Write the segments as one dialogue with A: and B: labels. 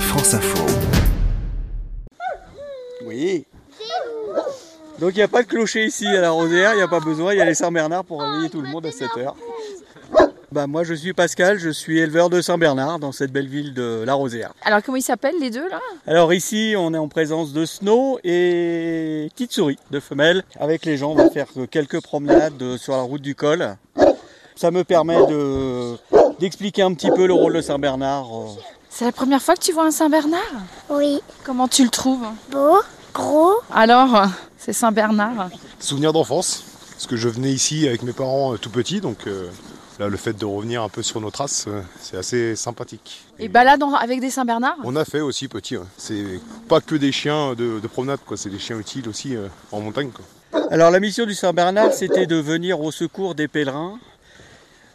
A: Force Info.
B: Oui. Donc il n'y a pas de clocher ici à la Rosière, il n'y a pas besoin, il y a les Saint-Bernard pour réveiller tout le monde à 7 heures. Bah moi je suis Pascal, je suis éleveur de Saint-Bernard dans cette belle ville de la Rosière.
C: Alors comment ils s'appellent les deux là
B: Alors ici on est en présence de Snow et petite souris de femelles. Avec les gens on va faire quelques promenades euh, sur la route du col. Ça me permet de d'expliquer un petit peu le rôle de Saint-Bernard. euh,
C: C'est la première fois que tu vois un Saint-Bernard
D: Oui,
C: Comment tu le trouves
D: beau, gros.
C: Alors, c'est Saint-Bernard.
E: Souvenirs d'enfance, parce que je venais ici avec mes parents euh, tout petit, donc euh, là le fait de revenir un peu sur nos traces, euh, c'est assez sympathique.
C: Et bah- balade en- avec des Saint-Bernard
E: On a fait aussi petit, ouais. c'est pas que des chiens de, de promenade, quoi, c'est des chiens utiles aussi euh, en montagne. Quoi.
B: Alors la mission du Saint-Bernard, c'était de venir au secours des pèlerins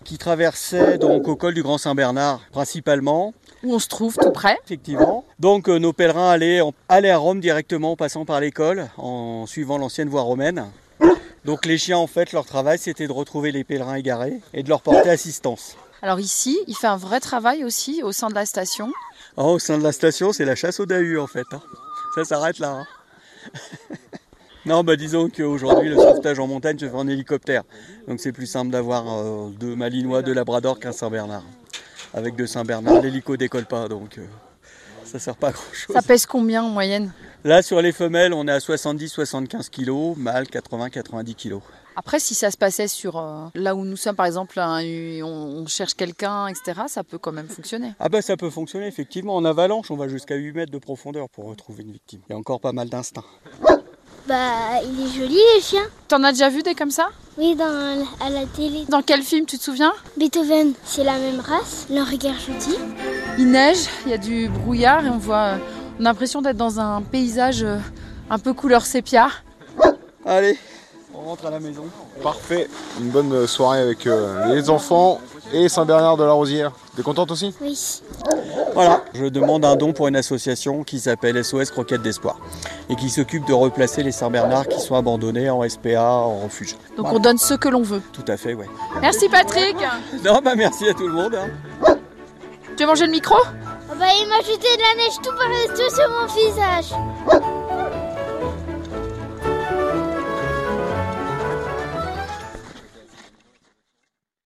B: qui traversaient donc au col du Grand Saint-Bernard principalement,
C: Où on se trouve tout près
B: effectivement. Donc euh, nos pèlerins allaient, en- allaient à Rome directement en passant par les cols, en suivant l'ancienne voie romaine. Donc les chiens en fait leur travail c'était de retrouver les pèlerins égarés et de leur porter assistance.
C: Alors ici, il fait un vrai travail aussi au sein de la station.
B: Alors, au sein de la station c'est la chasse aux dahus en fait. hein. Ça s'arrête là. hein. non bah disons qu'aujourd'hui le sauvetage en montagne se fait en hélicoptère. Donc c'est plus simple d'avoir euh, deux malinois, deux labrador qu'un Saint-Bernard. hein. Avec deux Saint-Bernard, l'hélico décolle pas donc euh, ça sert pas à grand chose.
C: Ça pèse combien en moyenne
B: Là, sur les femelles, on est à 70-75 kg, mâles 80-90 kg.
C: Après, si ça se passait sur euh, là où nous sommes, par exemple, un- on, on cherche quelqu'un, etc., ça peut quand même fonctionner.
B: Ah bah ça peut fonctionner, effectivement. En avalanche, on va jusqu'à 8 mètres de profondeur pour retrouver une victime. Il y a encore pas mal d'instincts.
D: Bah, il est joli les chiens.
C: T'en as déjà vu des comme ça
D: Oui, dans, à la télé.
C: Dans quel film, tu te souviens
D: Beethoven, c'est la même race. Le regard gentil.
C: Il neige, il y a du brouillard et on voit, euh, on a l'impression d'être dans un paysage euh, un peu couleur sépia.
B: Allez, on rentre à la maison.
E: Parfait, une bonne soirée avec euh, les enfants et Saint-Bernard de la Rosière. T'es contente aussi
D: Oui.
B: Voilà, je demande un don pour une association qui s'appelle SOS Croquettes d'Espoir et qui s'occupe de replacer les Saint-Bernards qui sont abandonnés en SPA, en refuge.
C: Donc
B: Voilà.
C: on donne ce que l'on veut.
B: Tout à fait, ouais.
C: Merci Patrick.
B: Non, bah merci à tout le monde. hein.
C: Tu veux manger le micro
D: bah, il m'a jeté de la neige tout partout sur mon visage.